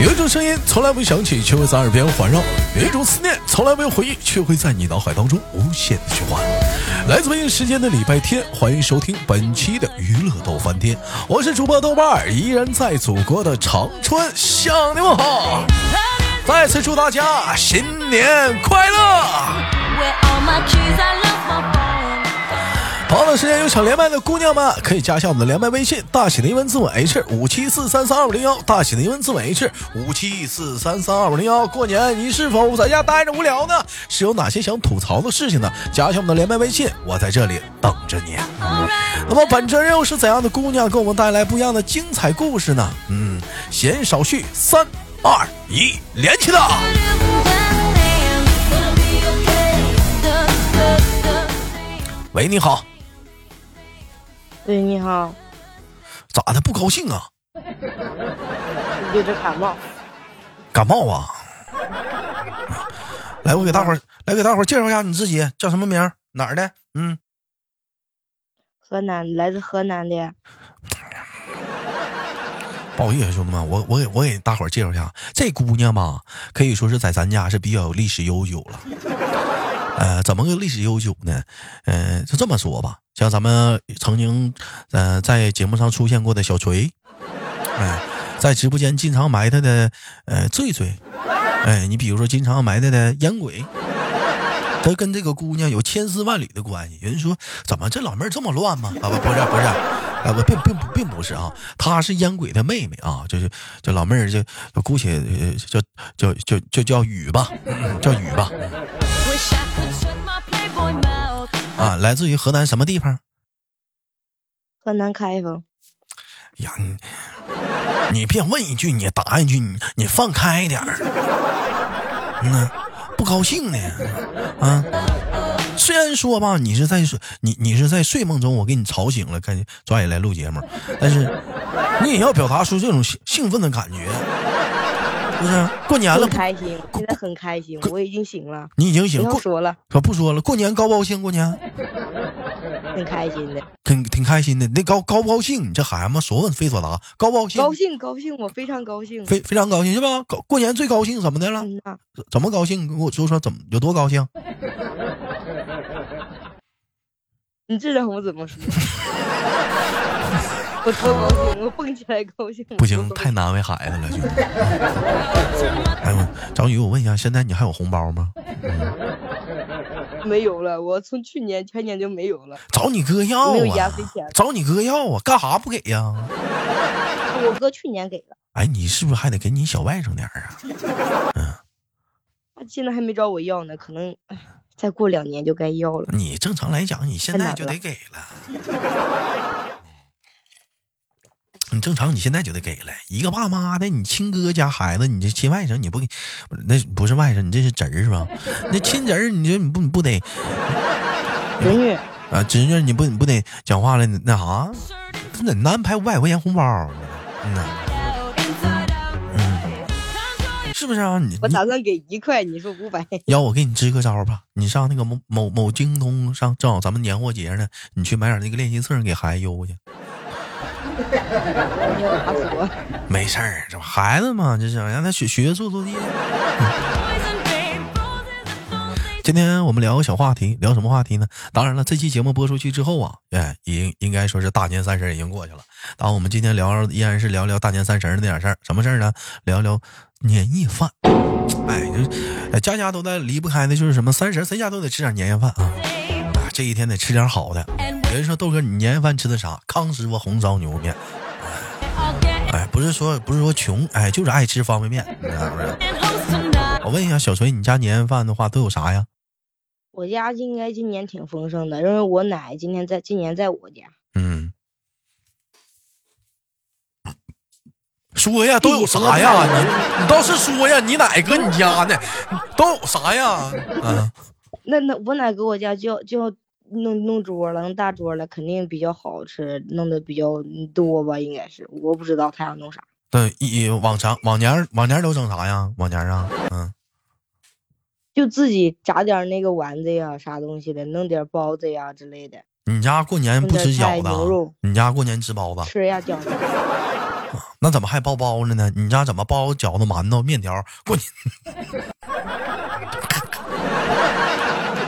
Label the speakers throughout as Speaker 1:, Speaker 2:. Speaker 1: 有一种声音从来不响起，却会在耳边环绕；有一种思念从来没有回忆，却会在你脑海当中无限的循环。来自北京时间的礼拜天，欢迎收听本期的娱乐逗翻天，我是主播豆瓣儿，依然在祖国的长春向你们好。再次祝大家新年快乐！好的时间有想连麦的姑娘们，可以加一下我们的连麦微信，大写的英文字母 H 五七四三三二五零幺，大写的英文字母 H 五七四三三二五零幺。过年你是否在家待着无聊呢？是有哪些想吐槽的事情呢？加一下我们的连麦微信，我在这里等着你。那么本周又是怎样的姑娘给我们带来不一样的精彩故事呢？嗯，闲少叙，三二一，连起来！喂，你好，
Speaker 2: 对，你好，
Speaker 1: 咋的不高兴啊？
Speaker 2: 有点感冒。
Speaker 1: 感冒啊？来，我给大伙儿来给大伙儿介绍一下你自己，叫什么名儿？哪儿的？嗯，
Speaker 2: 河南，来自河南的，
Speaker 1: 不好意思，兄弟们，我我给我给大伙儿介绍一下，这姑娘吧，可以说是在咱家是比较有历史悠久了。呃，怎么个历史悠久呢？呃，就这么说吧，像咱们曾经呃在节目上出现过的小锤，哎、在直播间经常埋汰的呃醉醉，哎、你比如说经常埋汰的烟鬼。他跟这个姑娘有千丝万缕的关系。有人说，怎么这老妹儿这么乱吗？啊，不，不是，不是，啊，不，并并不并不是啊，她是烟鬼的妹妹啊，就是这老妹儿，就就姑且呃叫叫叫叫叫雨吧，嗯叫雨吧啊，来自于河南什么地方？
Speaker 2: 河南开封。
Speaker 1: 呀，你你别问一句，你答一句，你你放开点儿。嗯呐，不高兴呢，啊。虽然说吧，你是在睡你你是在睡梦中，我给你吵醒了，赶紧抓紧来录节目，但是你也要表达出这种兴兴奋的感觉，就是过年了
Speaker 2: 很，开心，现在很开心，我已经醒了。
Speaker 1: 你已经
Speaker 2: 不
Speaker 1: 醒
Speaker 2: 要
Speaker 1: 过，
Speaker 2: 说了，
Speaker 1: 可不说了，过年高不高兴？过年
Speaker 2: 很开心的，
Speaker 1: 挺挺开心的，那高高不高兴？你这孩子嘛，所问非所答，高不高兴？
Speaker 2: 高兴高兴，我非常高兴。
Speaker 1: 非非常高兴是吧？高过年最高兴怎么的了？
Speaker 2: 嗯呐，
Speaker 1: 怎么高兴？你跟我说说怎么有多高
Speaker 2: 哎
Speaker 1: 兴？
Speaker 2: 你这让我怎 么说？我多高兴，我蹦起来高兴。
Speaker 1: 不行
Speaker 2: 我，多
Speaker 1: 太难为孩子了，兄弟。 哎呦，张宇，我问一下，现在你还有红包吗？
Speaker 2: 没有了，我从去年全年就没有了，
Speaker 1: 找你哥要
Speaker 2: 没有压
Speaker 1: 啊
Speaker 2: 岁钱，
Speaker 1: 找你哥要啊，干啥不给呀、
Speaker 2: 我哥去年给了，
Speaker 1: 哎，你是不是还得给你小外甥点儿啊？
Speaker 2: 他现在还没找我要呢，可能唉再过两年就该要了。
Speaker 1: 你正常来讲，你现在就得给了。 你正常，你现在就得给了。一个爸妈的，你亲哥家孩子，你这亲外甥你不给，那不是外甥，你这是侄儿是吧？那亲侄儿，你这你不你不得
Speaker 2: 侄女，
Speaker 1: 啊，侄女，你不你不得讲话了？那啥，你怎么安排五百块钱红包呢？嗯呐，是不是啊？你
Speaker 2: 我
Speaker 1: 你
Speaker 2: 打算给一块，你说五百，
Speaker 1: 要我给你支个招儿吧，你上那个某某某京东上，正好咱们年货节呢，你去买点那个练习册给孩子邮过去。
Speaker 2: 你要打死我。
Speaker 1: 没事儿，这不孩子嘛，就是让他学学做做题。今天我们聊个小话题，聊什么话题呢？当然了，这期节目播出去之后啊，哎，已经应该说是大年三十儿已经过去了。当然，我们今天聊依然是聊聊大年三十儿那点事儿，什么事儿呢？聊聊年夜饭。哎，就家家都在离不开的就是什么三十儿，谁家都得吃点年夜饭啊。啊，这一天得吃点好的。有人说豆哥，你年夜饭吃的啥？康师傅红烧牛肉面。哎，不是说不是说穷，哎，就是爱吃方便面，你知道不是？我问一下小锤，你家年夜饭的话都有啥呀？
Speaker 2: 我家应该今年挺丰盛的，因为我奶今天在今年在我家，
Speaker 1: 嗯，啊说呀，都有啥呀？你你倒是说呀，你奶搁你家呢，都有啥呀？嗯，
Speaker 2: 那那我奶搁我家就要就要弄弄桌了，弄大桌了，肯定比较好吃，弄的比较多吧，应该是，我不知道她要弄啥，
Speaker 1: 对，一往常往年儿往年儿都整啥呀？往年儿啊，嗯，
Speaker 2: 就自己炸点那个丸子呀，啥东西的，弄点包子呀之类的，
Speaker 1: 你家过年不吃饺
Speaker 2: 荤
Speaker 1: 子
Speaker 2: 菜
Speaker 1: 啊
Speaker 2: 牛肉？
Speaker 1: 你家过年吃包子？
Speaker 2: 吃呀饺子。
Speaker 1: 那怎么还包包子呢？你家怎么包饺子、馒头、面条？过年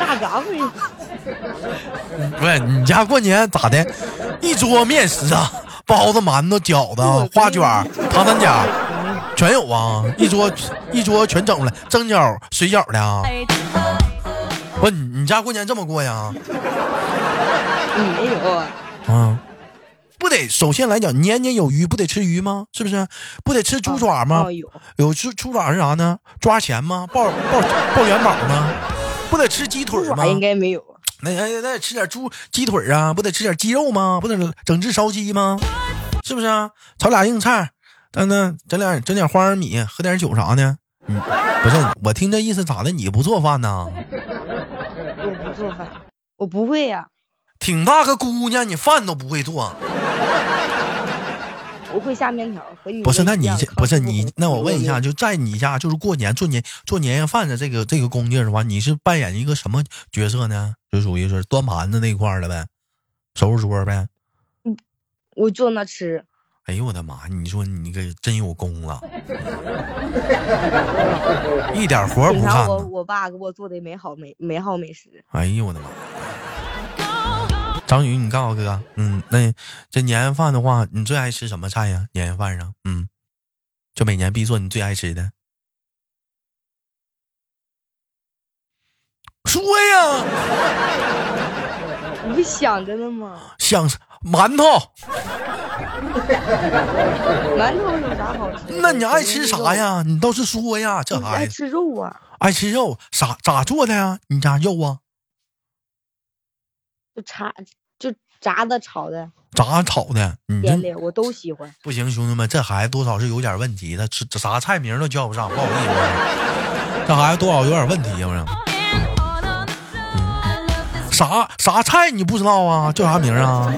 Speaker 2: 大嘎巴儿
Speaker 1: 不是你家过年咋的？一桌面食啊，包子、馒头、饺子、花卷儿、糖三角儿，全有啊！一桌一桌全整出来，蒸饺、水饺的
Speaker 3: 哎
Speaker 1: 啊！不，你你家过年这么过呀？
Speaker 2: 没有啊，
Speaker 1: 啊，不得首先来讲，年年有余，不得吃鱼吗？是不是？不得吃猪爪吗？
Speaker 2: 哦有，
Speaker 1: 有吃猪爪是啥呢？抓钱吗？抱抱抱元宝吗？不得吃鸡腿儿
Speaker 2: 我
Speaker 1: 吗？
Speaker 2: 应该没有啊。
Speaker 1: 那那那吃点猪鸡腿儿啊，不得吃点鸡肉吗？不得整只烧鸡吗？是不是啊？炒俩硬菜儿，等等，整点整点花生米，喝点酒啥的。嗯，不是，我听这意思咋的？你不做饭呢？
Speaker 2: 我不做饭，我不会呀、
Speaker 1: 挺大个姑娘，你饭都不会做，
Speaker 2: 我会下面条儿，和你
Speaker 1: 不是？
Speaker 2: 们
Speaker 1: 那
Speaker 2: 一
Speaker 1: 你
Speaker 2: 样
Speaker 1: 这
Speaker 2: 靠
Speaker 1: 不是
Speaker 2: 谱
Speaker 1: 你？那我问一下，，就在你家，就是过年做年做年夜饭的这个这个工作的话，你是扮演一个什么角色呢？就属于是端盘子那块儿了呗，收拾桌呗。
Speaker 2: 我坐那吃，
Speaker 1: 哎呦我的妈！你说你这真有功 了，一点活儿不
Speaker 2: 平
Speaker 1: 干
Speaker 2: 常我
Speaker 1: 呢。
Speaker 2: 我爸给我做的美好美美好美食，
Speaker 1: 哎呦我的妈！张宇，你告诉我哥，嗯，那这年夜饭的话，你最爱吃什么菜呀？年夜饭上，嗯，就每年必做你最爱吃的。说呀，
Speaker 2: 你不想着呢吗？
Speaker 1: 想馒头，
Speaker 2: 馒头有啥好吃的？
Speaker 1: 那你爱吃
Speaker 2: 肯定
Speaker 1: 啥
Speaker 2: 肉？
Speaker 1: 呀？你倒是说呀，这
Speaker 2: 我爱
Speaker 1: 孩子
Speaker 2: 吃肉啊，
Speaker 1: 爱吃肉，啥咋做的呀？你家肉啊？
Speaker 2: 就炸就炸的、炒
Speaker 1: 嗯
Speaker 2: 的、
Speaker 1: 咋炒的？你这
Speaker 2: 煎的，我都喜欢。
Speaker 1: 不行，兄弟们，这孩子多少是有点问题，他吃啥菜名都叫不上，不好意思，啊这孩子多少有点问题，啊我说。啥啥菜你不知道啊？叫啥名啊？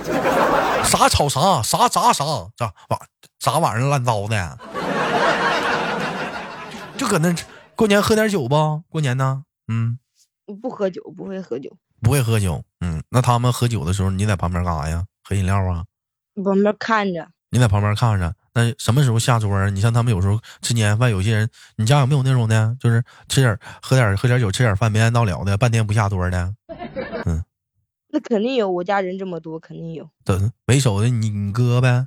Speaker 1: 啥炒啥？啥炸啥？咋玩啥玩意儿烂糟的？啊就搁那过年喝点酒不？过年呢？嗯，
Speaker 2: 不喝酒，不会喝酒。
Speaker 1: 不会喝酒。嗯，那他们喝酒的时候，你在旁边干啥呀？喝饮料啊？
Speaker 2: 旁边看着，
Speaker 1: 你在旁边看着，那什么时候下桌啊？你像他们有时候吃年夜饭，有些人，你家有没有那种的，就是吃点喝点喝点酒，吃点饭没按到了的，半天不下桌的，
Speaker 2: 那肯定有。我家人这么多，肯定有。
Speaker 1: 怎为首的你你哥呗？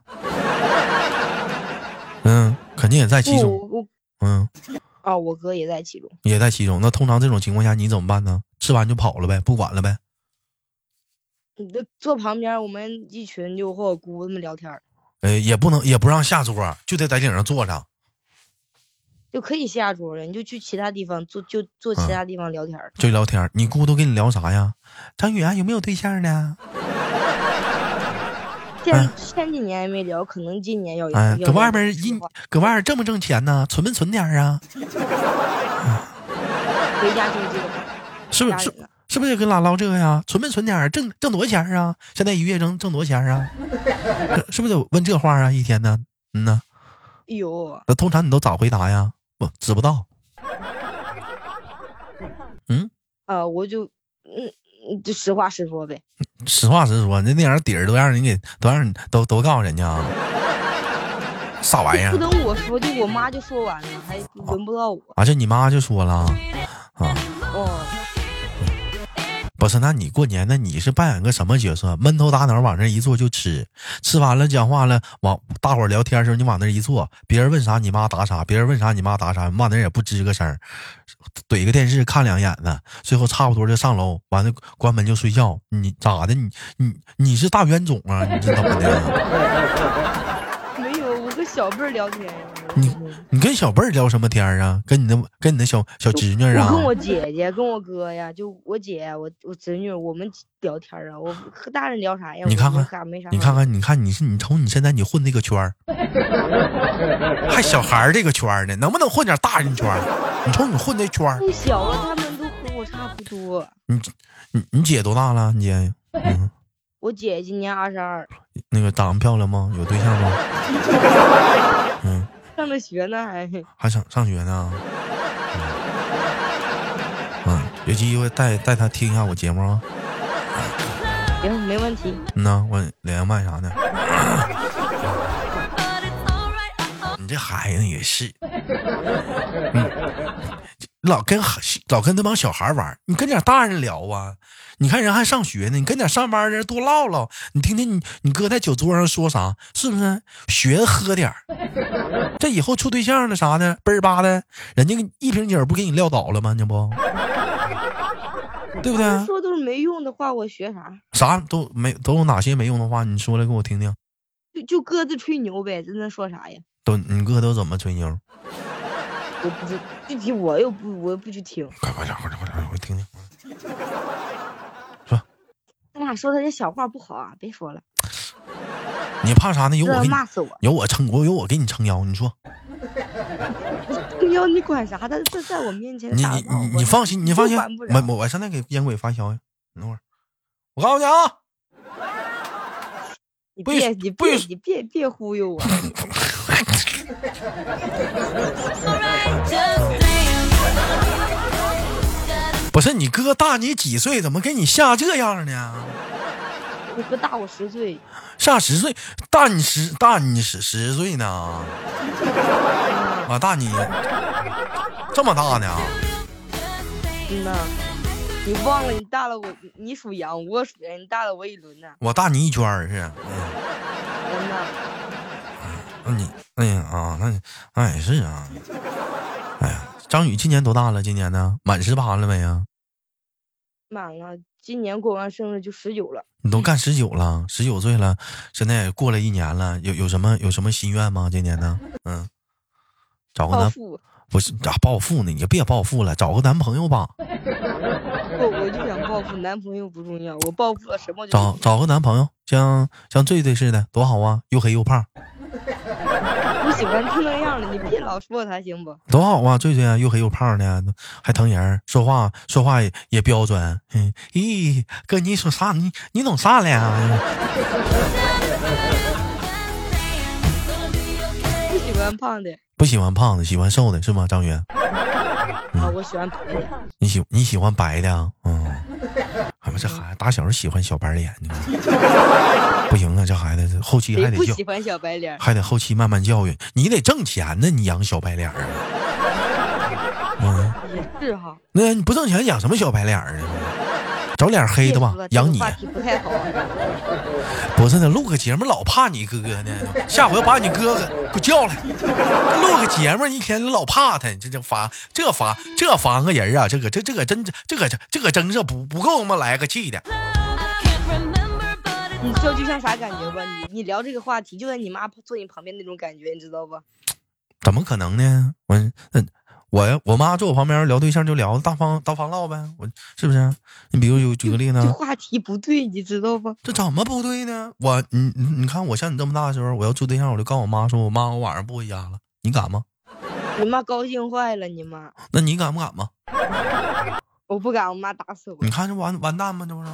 Speaker 1: 嗯，肯定也在其
Speaker 2: 不，
Speaker 1: 中，
Speaker 2: 我我
Speaker 1: 嗯，
Speaker 2: 啊，我哥也在其中。
Speaker 1: 也在其中。那通常这种情况下你怎么办呢？吃完就跑了呗，不管了呗？
Speaker 2: 你这坐旁边，我们一群就和我姑他们聊天儿，
Speaker 1: 呃，也不能也不让下桌，就得在顶上坐着，
Speaker 2: 就可以下桌了，你就去其他地方坐，就坐其
Speaker 1: 嗯
Speaker 2: 他地方聊天儿。
Speaker 1: 就聊天。你姑都跟你聊啥呀？张宇啊，有没有对象呢？
Speaker 2: 前、
Speaker 1: 哎
Speaker 2: 前几年没聊，可能今年要嗯有。啊
Speaker 1: 哎，
Speaker 2: 要
Speaker 1: 搁外
Speaker 2: 聊
Speaker 1: 面
Speaker 2: 这个
Speaker 1: 一
Speaker 2: 话
Speaker 1: 搁外面挣不挣钱呢？存没存点儿啊？
Speaker 2: 回家就是这个话，
Speaker 1: 是不
Speaker 2: 家
Speaker 1: 是
Speaker 2: 人了。
Speaker 1: 是不是跟俺唠这个呀？存没存点儿？挣挣多少钱啊？现在一月挣挣多少钱啊？是是不是得问这话啊？一天呢？嗯呐，
Speaker 2: 哎呦，
Speaker 1: 那通常你都咋回答呀？不知不道。
Speaker 2: 啊，我就嗯，嗯就实话实说呗。
Speaker 1: 实话实说，那那点底儿都让人给都让人都都告诉人家啊，啥玩意
Speaker 2: 不
Speaker 1: 儿啊
Speaker 2: 等我说，就我妈就说完了，还轮不到我。
Speaker 1: 啊？这你妈就说了啊，
Speaker 2: 哦，
Speaker 1: 不是？那你过年那你是扮演个什么角色？闷头打脑往那一坐就吃，吃完了讲话了，往大伙儿聊天的时候你往那一坐，别人问啥你妈答啥，别人问啥你妈答啥，你往那也不吱个声儿，怼个电视看两眼子，最后差不多就上楼，完了关门就睡觉。你咋的？你你你是大冤种啊？你是怎么的？
Speaker 2: 没有，我跟小辈儿聊天呀。
Speaker 1: 你
Speaker 2: 我
Speaker 1: 你跟小辈儿聊什么天儿啊？跟你那跟你那小小侄女儿啊
Speaker 2: 我？跟我姐姐、跟我哥呀，就我姐、我我侄女，我们聊天儿啊，我和大人聊啥呀？
Speaker 1: 你看
Speaker 2: 我们
Speaker 1: 看
Speaker 2: 啥没啥。
Speaker 1: 你看，看，你看，你是你瞅你现在你混这个圈儿，还小孩儿这个圈儿呢，能不能混点大人圈儿？你瞅你混这圈儿，
Speaker 2: 不小了，他们都和我差不多。
Speaker 1: 你你姐多大了？你姐，嗯，
Speaker 2: 我姐今年二十二，
Speaker 1: 那个长得漂亮吗？有对象吗？嗯，
Speaker 2: 上着学呢还。
Speaker 1: 还上上学呢？嗯，嗯有机会带带她听一下我节目啊。
Speaker 2: 行，没问题。
Speaker 1: 嗯呐，我连麦啥的。这孩子也是，嗯，老跟孩老跟那帮小孩玩，你跟点大人聊啊。你看人还上学呢，你跟点上班的人多唠唠，你听听你你哥在酒桌上说啥，是不是？学喝点儿，这以后处对象了啥的，倍儿吧的，人家一瓶酒不给你撂倒了吗？你不，对不对？啊
Speaker 2: 说都是没用的话，我学啥？
Speaker 1: 啥都没都有哪些没用的话，你说来给我听听。
Speaker 2: 就就各自吹牛呗，这能说啥呀？
Speaker 1: 都你哥都怎么吹牛？
Speaker 2: 我不知具体我又不我又不去听。
Speaker 1: 快快点，快点，快点，我听听。
Speaker 2: 咱俩说他这小话不好啊，别说了，
Speaker 1: 你怕啥呢？有
Speaker 2: 这
Speaker 1: 我
Speaker 2: 要
Speaker 1: 给你
Speaker 2: 骂死我。
Speaker 1: 有我撑，我有我给你撑腰。你说，
Speaker 2: 你哎要你管啥？他他在我面前
Speaker 1: 你
Speaker 2: 打
Speaker 1: 你
Speaker 2: 闹
Speaker 1: 你
Speaker 2: 我
Speaker 1: 你放心，你放心，
Speaker 2: 就管不
Speaker 1: 我
Speaker 2: 了
Speaker 1: 我我上那给烟鬼发消息，你等会儿，我告诉你啊，
Speaker 2: 你
Speaker 1: 不
Speaker 2: 别
Speaker 1: 许
Speaker 2: 你
Speaker 1: 不
Speaker 2: 别
Speaker 1: 许
Speaker 2: 你别别忽悠我。
Speaker 1: 不是你哥大你几岁，怎么给你吓这样呢？
Speaker 2: 你不大我十岁，
Speaker 1: 吓十岁，大你十大你十十岁呢？ 啊，大你这么大呢？
Speaker 2: 嗯呐，你忘了你大了我，你属羊，我属人，你大了我一轮呢。
Speaker 1: 我大你一圈儿是，嗯，
Speaker 2: 嗯呐，
Speaker 1: 那你，哎呀啊，那你，那也是啊，哎呀，张宇今年多大了？今年呢？满十八了没呀？
Speaker 2: 满了，今年过完生日就十九了。
Speaker 1: 你都干十九了，十九岁了，现在也过了一年了，有有什么有什么心愿吗？今年呢？嗯，找个
Speaker 2: 暴
Speaker 1: 男
Speaker 2: 富，
Speaker 1: 不是咋、暴富呢？你就别暴富了，找个男朋友吧，
Speaker 2: 我我就想暴富，男朋友不重要，我暴富了什么就
Speaker 1: 找找个男朋友，像像醉醉似的，多好啊，又黑又胖，
Speaker 2: 不喜欢他那样的， 你别老说他行不？
Speaker 1: 多好啊，醉醉啊，又黑又胖的，还疼人儿，说话说话也也标准。嗯，咦，哥，你说啥？你你懂啥了呀？
Speaker 2: 不喜欢胖的
Speaker 1: 不喜欢胖子，喜欢瘦的是吗？张宇，
Speaker 2: 啊，我喜欢白的。
Speaker 1: 你喜你喜欢白的啊？嗯，哎呀，这孩子打小就喜欢小白脸，你看不行啊，这孩子后期还
Speaker 2: 谁
Speaker 1: 得
Speaker 2: 不
Speaker 1: 教，
Speaker 2: 喜欢小白脸儿？
Speaker 1: 还得后期慢慢教育，你得挣钱呢，你养小白脸儿啊？嗯，
Speaker 2: 也是哈。
Speaker 1: 那你不挣钱养什么小白脸儿啊？找脸黑的吧
Speaker 2: 别说了，这
Speaker 1: 啊养
Speaker 2: 个
Speaker 1: 你
Speaker 2: 话题不太好啊。
Speaker 1: 不是呢，录个节目老怕你哥呢，下回把你哥哥 给我叫来，录个节目一天老怕他，这这烦这烦这烦个人啊，这个这这个真这个这个真是不不够他妈来个气的。
Speaker 2: 你知道就像啥感觉吧？你你聊这个话题，就在你妈坐你旁边那种感觉，你知道吧？
Speaker 1: 怎么可能呢？我那我我妈坐我旁边聊对象就聊大方大方唠呗，我是不是？你比如有举个例
Speaker 2: 这
Speaker 1: 呢，
Speaker 2: 话题不对，你知道吧？
Speaker 1: 这怎么不对呢？我你你你看我像你这么大的时候，我要处对象，我就告诉我妈说，我妈我晚上不回家了，你敢吗？
Speaker 2: 你妈高兴坏了，你妈，
Speaker 1: 那你敢不敢吗？
Speaker 2: 我不敢，我妈打死我。
Speaker 1: 你看这完完蛋吗？这不是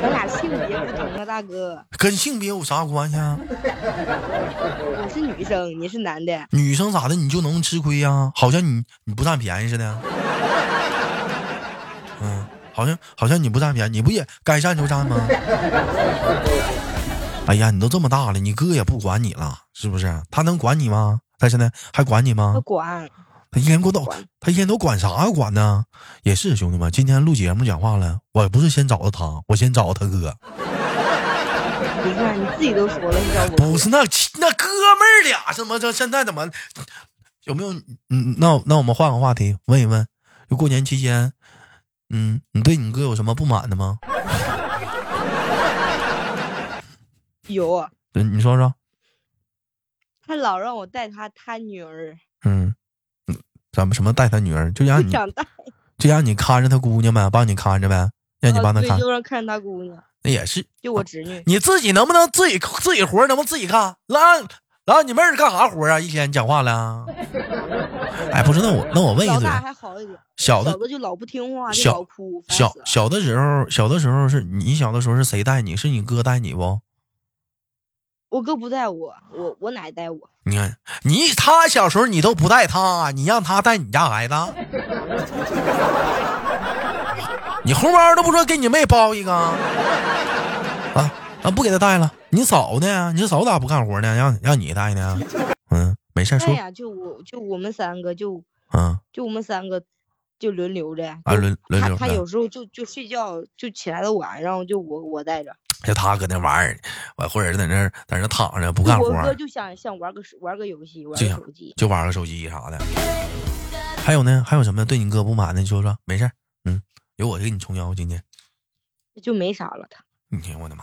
Speaker 2: 咱俩性别不同啊，大哥，
Speaker 1: 跟性别有啥关系啊？
Speaker 2: 我是女生，你是男的，
Speaker 1: 女生咋的你就能吃亏呀、好像你你不占便宜似的。 嗯，好像好像你不占便宜，你不也该占就占吗？哎呀，你都这么大了，你哥也不管你了，是不是？他能管你吗？他现在还管你吗
Speaker 2: 我？管。
Speaker 1: 他一天给我都
Speaker 2: 管
Speaker 1: 他一天都管啥呀？管呢？也是兄弟们，今天录节目讲话了，我不是先找的他，我先找的他哥，
Speaker 2: 你看你自己都说了，你找我
Speaker 1: 不是那那哥们儿俩怎么这现在怎么有没有？嗯，那那我们换个话题，问一问，就过年期间，嗯，你对你哥有什么不满的吗？
Speaker 2: 有，
Speaker 1: 嗯你说说，
Speaker 2: 他老让我带他他女儿，
Speaker 1: 嗯，嗯咱们什么带他女儿，就让
Speaker 2: 不
Speaker 1: 你
Speaker 2: 想带，
Speaker 1: 就让你看着他姑娘呗，帮你看着呗，让你
Speaker 2: 啊
Speaker 1: 帮他
Speaker 2: 对
Speaker 1: 看，
Speaker 2: 就让看着他姑娘，
Speaker 1: 那也是。
Speaker 2: 就我侄女。
Speaker 1: 你自己能不能自己自己活儿能不能自己干？拉拉你妹儿干啥活儿啊？一天讲话了？哎，不是，那我那我问一
Speaker 2: 老
Speaker 1: 嘴，
Speaker 2: 大还好一点，
Speaker 1: 小的
Speaker 2: 小的就老不听话，就
Speaker 1: 小
Speaker 2: 老哭，烦
Speaker 1: 小
Speaker 2: 死了
Speaker 1: 小的时候，小的时候是你小的时候是谁带你？是你哥带你不？
Speaker 2: 我哥不带我，我我奶带我，
Speaker 1: 你看你他小时候你都不带他，啊你让他带你家孩子， 你红包都不说给你妹包一个啊啊！不给他带了，你嫂呢？你嫂咋不干活呢？让让你带呢？嗯。事儿
Speaker 2: 菜
Speaker 1: 说，
Speaker 2: 哎呀，就我就我们三个就
Speaker 1: 嗯
Speaker 2: 就我们三个就轮流着呀。
Speaker 1: 啊，轮轮
Speaker 2: 他
Speaker 1: 流
Speaker 2: 他
Speaker 1: 的
Speaker 2: 有时候就就睡觉就起来的晚，然后就我我带着，
Speaker 1: 就他搁那玩儿，完或者是在那儿在那儿躺着不干活
Speaker 2: 我哥
Speaker 1: 儿，
Speaker 2: 就想想玩个手玩个游戏，玩
Speaker 1: 这
Speaker 2: 个
Speaker 1: 样
Speaker 2: 手机。
Speaker 1: 就玩个手机啥的。还有呢，还有什么对你哥不满的？你说说，没事儿，嗯，有我给你撑腰。今天，
Speaker 2: 就没啥了。他
Speaker 1: 你天我的妈，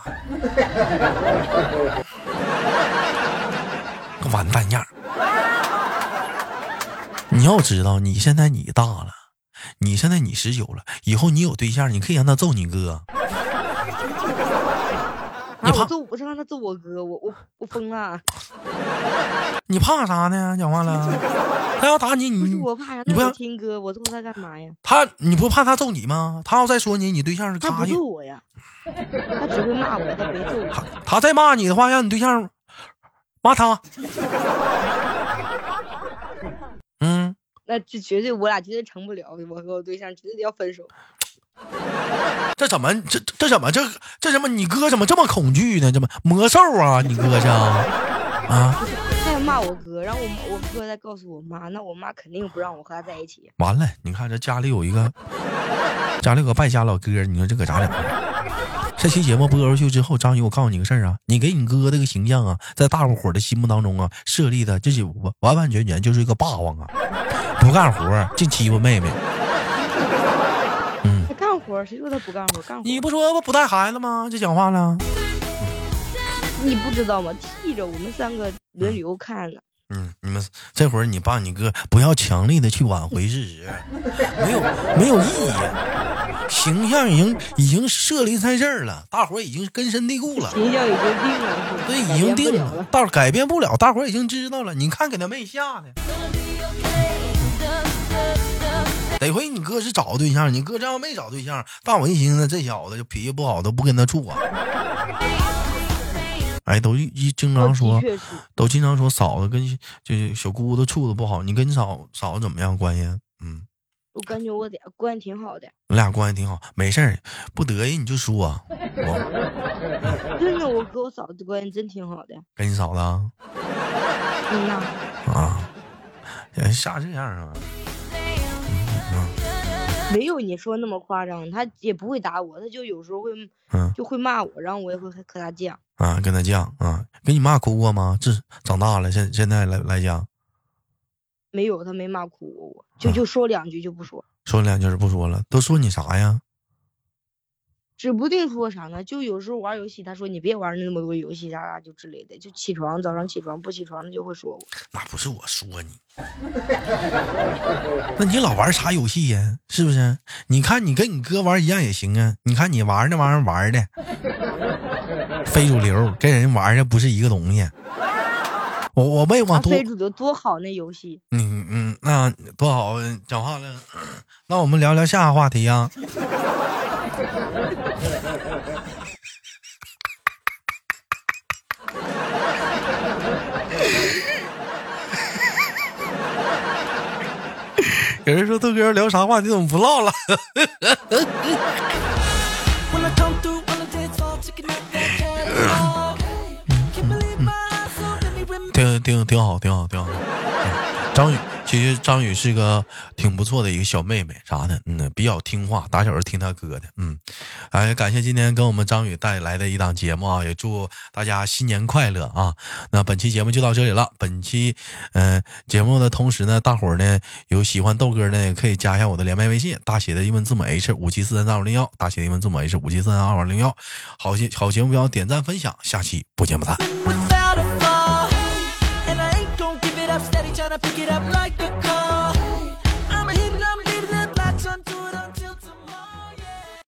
Speaker 1: 个完蛋样儿你要知道，你现在你大了，你现在你十九了，以后你有对象，你可以让他揍你哥。你
Speaker 2: 啊，
Speaker 1: 怕
Speaker 2: 我揍我是让他揍我哥，我我我疯了，
Speaker 1: 你怕啥呢？讲话 了，他要打你，
Speaker 2: 不是
Speaker 1: 你
Speaker 2: 我怕啥，
Speaker 1: 你不
Speaker 2: 那
Speaker 1: 要
Speaker 2: 我听哥，我揍他干嘛呀？
Speaker 1: 他你不怕他揍你吗？他要再说你，你对象是
Speaker 2: 他
Speaker 1: 咔
Speaker 2: 不
Speaker 1: 一，
Speaker 2: 揍我呀，他只会骂我，他没揍我。
Speaker 1: 他再骂你的话，让你对象骂他。 嗯，
Speaker 2: 那这绝对我俩绝对成不了，我和我对象绝对要分手。
Speaker 1: 这怎么这这怎么这这怎么你哥怎么这么恐惧呢？怎么魔兽啊？你哥这啊，
Speaker 2: 他要骂我哥，然后我妈我哥再告诉我妈，那我妈肯定不让我和他在一起。
Speaker 1: 完了！你看这家里有一个家里有个败家老哥，你说这搁咋整？啊这期节目播出去之后，章鱼，我告诉你个事儿啊，你给你哥这个形象啊，在大伙儿的心目当中啊，设立的这是完完完全全就是一个霸王啊，不干活儿净欺负妹妹。
Speaker 2: 他干活儿，谁说他不干活儿？干活儿
Speaker 1: 嗯你不说不带孩子吗？就讲话了。
Speaker 2: 你不知道吗？替着我们三个轮流看呢。
Speaker 1: 嗯，你们这会儿你爸你哥不要强力的去挽回事实，没有没有意义，啊形象已经已经设立在这儿了，大伙儿已经根深蒂固了。
Speaker 2: 形象已经定了，是吧
Speaker 1: 对，
Speaker 2: 改
Speaker 1: 已经
Speaker 2: 变不
Speaker 1: 定
Speaker 2: 了
Speaker 1: 了，。大改变不了，大伙儿已经知道了。你看给他妹吓的，得亏你哥是找对象，你哥这要没找对象，但我一寻啊思这小子就脾气不好，都不跟他处啊。哎，都一一经
Speaker 2: 我
Speaker 1: 常说
Speaker 2: 哦的，确是，
Speaker 1: 都经常说嫂子跟就是小姑子处的不好，你跟你嫂嫂子怎么样关系？嗯，
Speaker 2: 我感觉我俩关系挺好的。
Speaker 1: 你俩关系挺好，没事儿，不得意你就说、啊，我
Speaker 2: 真的，我和我嫂子关系真挺好的。
Speaker 1: 跟你嫂子啊。
Speaker 2: 嗯呐，
Speaker 1: 啊，哎吓这样啊！
Speaker 2: 没有你说那么夸张，他也不会打我，他就有时候会
Speaker 1: 嗯
Speaker 2: 就会骂我，然后我也会和和他犟。
Speaker 1: 啊，跟他犟啊，跟你妈哭过吗？这长大了，现现在来来讲，
Speaker 2: 没有，他没骂哭过我，就就说两句就不说，
Speaker 1: 说两句不说了，都说你啥呀？
Speaker 2: 指不定说啥呢。就有时候玩游戏，他说你别玩那么多游戏啥啥就之类的，就起床早上起床不起床他就会说我。
Speaker 1: 那不是我说你， 那你老玩啥游戏呀？是不是？你看你跟你哥玩一样也行啊。你看你玩那玩意儿玩的非主流，跟人玩的不是一个东西。我我没
Speaker 2: 啊，
Speaker 1: 往多，
Speaker 2: 非主流多好那游戏，
Speaker 1: 嗯嗯，那多好，讲话了。那我们聊聊下个话题啊。 有人说豆哥聊啥话题怎么不唠了？
Speaker 3: When I come through on the dance floor, chicken out that cat. Can't believe my eyes, so let me remind
Speaker 1: 挺挺挺好，挺好，挺好。嗯张宇其实张宇是个挺不错的一个小妹妹啥的，嗯，比较听话，打小就听他哥的，嗯，哎，感谢今天跟我们张宇带来的一档节目啊，也祝大家新年快乐啊！那本期节目就到这里了，本期嗯、呃节目的同时呢，大伙儿呢有喜欢豆哥呢，也可以加一下我的连麦微信，大写的英文字母 H 五七四三三五零幺，大写的英文字母 H 五七四三三二零幺，好节好节目不要点赞分享，下期不见不散。
Speaker 3: without a fall. And I ain't gon' give it up, steady tryna pick it up like a